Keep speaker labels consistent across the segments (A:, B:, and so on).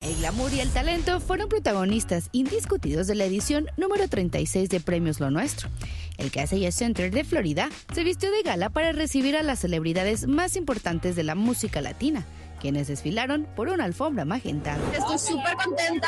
A: glamour y el talento fueron protagonistas indiscutidos de la edición número 36 de Premios Lo Nuestro. El Casella Center de Florida se vistió de gala para recibir a las celebridades más importantes de la música latina quienes desfilaron por una alfombra magenta.
B: Estoy súper contenta,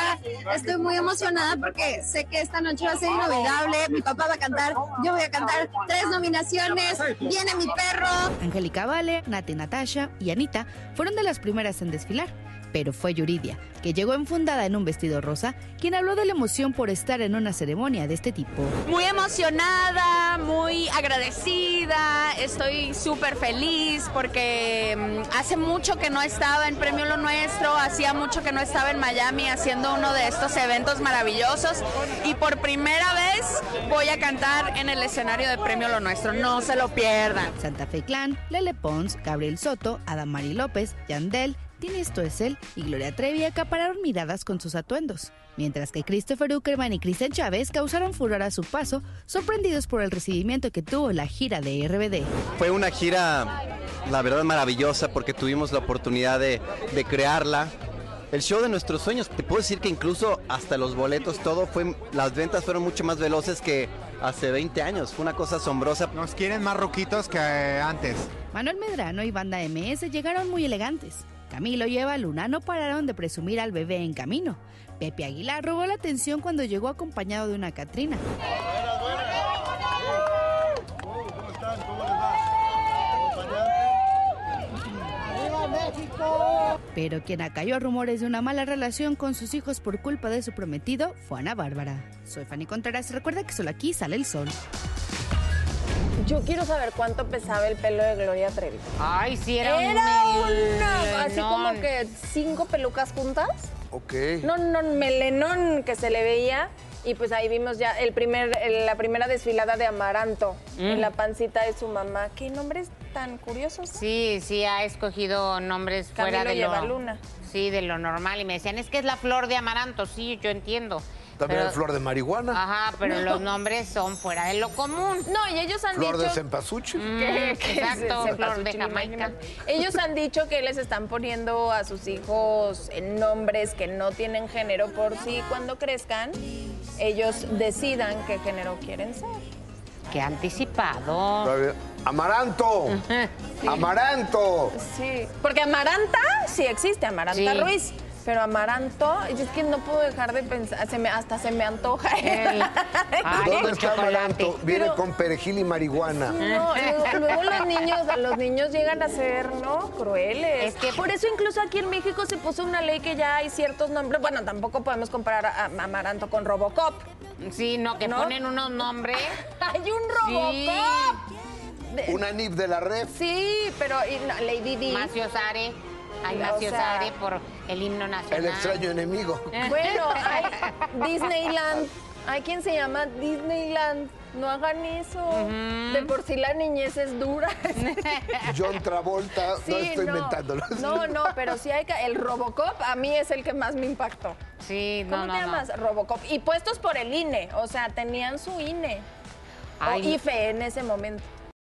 B: estoy muy emocionada porque sé que esta noche va a ser inolvidable. Mi papá va a cantar, yo voy a cantar tres nominaciones, viene mi perro.
A: Angélica Vale, Nati Natasha y Anita fueron de las primeras en desfilar. Pero fue Yuridia, que llegó enfundada en un vestido rosa, quien habló de la emoción por estar en una ceremonia de este tipo.
C: Muy emocionada, muy agradecida, estoy súper feliz porque mm, hace mucho que no estaba en Premio Lo Nuestro, hacía mucho que no estaba en Miami haciendo uno de estos eventos maravillosos y por primera vez voy a cantar en el escenario de Premio Lo Nuestro, no se lo pierdan.
A: Santa Fe Clan, Lele Pons, Gabriel Soto, Adamari López, Yandel, Tini Stoessel y Gloria Trevi acapararon miradas con sus atuendos, mientras que Christopher Uckerman y Cristian Chávez causaron furor a su paso, sorprendidos por el recibimiento que tuvo la gira de RBD.
D: Fue una gira, la verdad, maravillosa porque tuvimos la oportunidad de, de crearla. El show de nuestros sueños, te puedo decir que incluso hasta los boletos, todo fue, las ventas fueron mucho más veloces que hace 20 años, fue una cosa asombrosa.
E: Nos quieren más roquitos que eh, antes.
A: Manuel Medrano y Banda MS llegaron muy elegantes, Camilo y Eva Luna no pararon de presumir al bebé en camino. Pepe Aguilar robó la atención cuando llegó acompañado de una Catrina. Pero quien acalló rumores de una mala relación con sus hijos por culpa de su prometido fue Ana Bárbara. Soy Fanny Contreras, recuerda que solo aquí sale el sol.
F: Yo quiero saber cuánto pesaba el pelo de Gloria Trevi.
G: Ay, sí, era,
F: Era una, así como que cinco pelucas juntas.
H: Ok.
F: No, no, melenón que se le veía. Y pues ahí vimos ya el primer, el- la primera desfilada de Amaranto
G: Mm.
F: en la pancita de su mamá. Qué nombres tan curiosos.
G: Sí, sí, ha escogido nombres fuera
F: Camilo
G: de lo...
F: Llevaluna.
G: Sí, de lo normal. Y me decían, es que es la flor de amaranto. Sí, yo entiendo.
H: También
G: Pero-
H: hay flor de marihuana,
G: Ajá, pero los nombres son fuera de lo común.
F: No, y ellos han
H: flor de
F: dicho.
H: cempasúchil.
G: mm.
F: que- que
G: Exacto,
F: se- se-
G: flor de
F: Cempasúchil,
G: Jamaica.
F: imagínate. Ellos han dicho que les están poniendo a sus hijos eh, nombres que no tienen género por si cuando crezcan ellos decidan qué género quieren ser.
G: Qué anticipado.
H: Todavía- Amaranto. Amaranto.
F: Sí, porque Amaranta sí existe, Amaranta
G: Sí.
F: Ruiz. Pero Amaranto, es que no puedo dejar de pensar, se me, hasta se me antoja.
G: El- Ay,
H: ¿Dónde
G: con
H: está
G: chocolate.
H: Amaranto? Viene
F: Pero-
H: con perejil y marihuana.
F: No, luego, luego los niños, los niños llegan a ser, ¿no?
G: Es
F: Crueles.
G: que-
F: por eso incluso aquí en México se puso una ley que ya hay ciertos nombres. Bueno, tampoco podemos comparar a, a Amaranto con Robocop.
G: Sí, no, que
F: ¿No?
G: ponen unos nombres.
F: Hay un
G: Sí.
F: Robocop.
H: Una nip de la red.
F: Sí, pero y no, Lady Di.
G: Macio Sare. Hay
F: O
G: Macio
F: sea-
G: Sare por el himno nacional.
H: El extraño enemigo.
F: Bueno, hay Disneyland. Hay quien se llama Disneyland. No hagan eso. De por sí la niñez es dura.
H: John Travolta. no
F: Sí,
H: estoy inventándolo.
F: No, no, pero sí hay que. El Robocop a mí es el que más me impactó.
G: Sí, no,
F: ¿Cómo
G: no,
F: te
G: no.
F: llamas? Robocop. E, Y puestos por el INE. O sea, tenían su INE.
G: Ay,
F: o IFE en ese momento.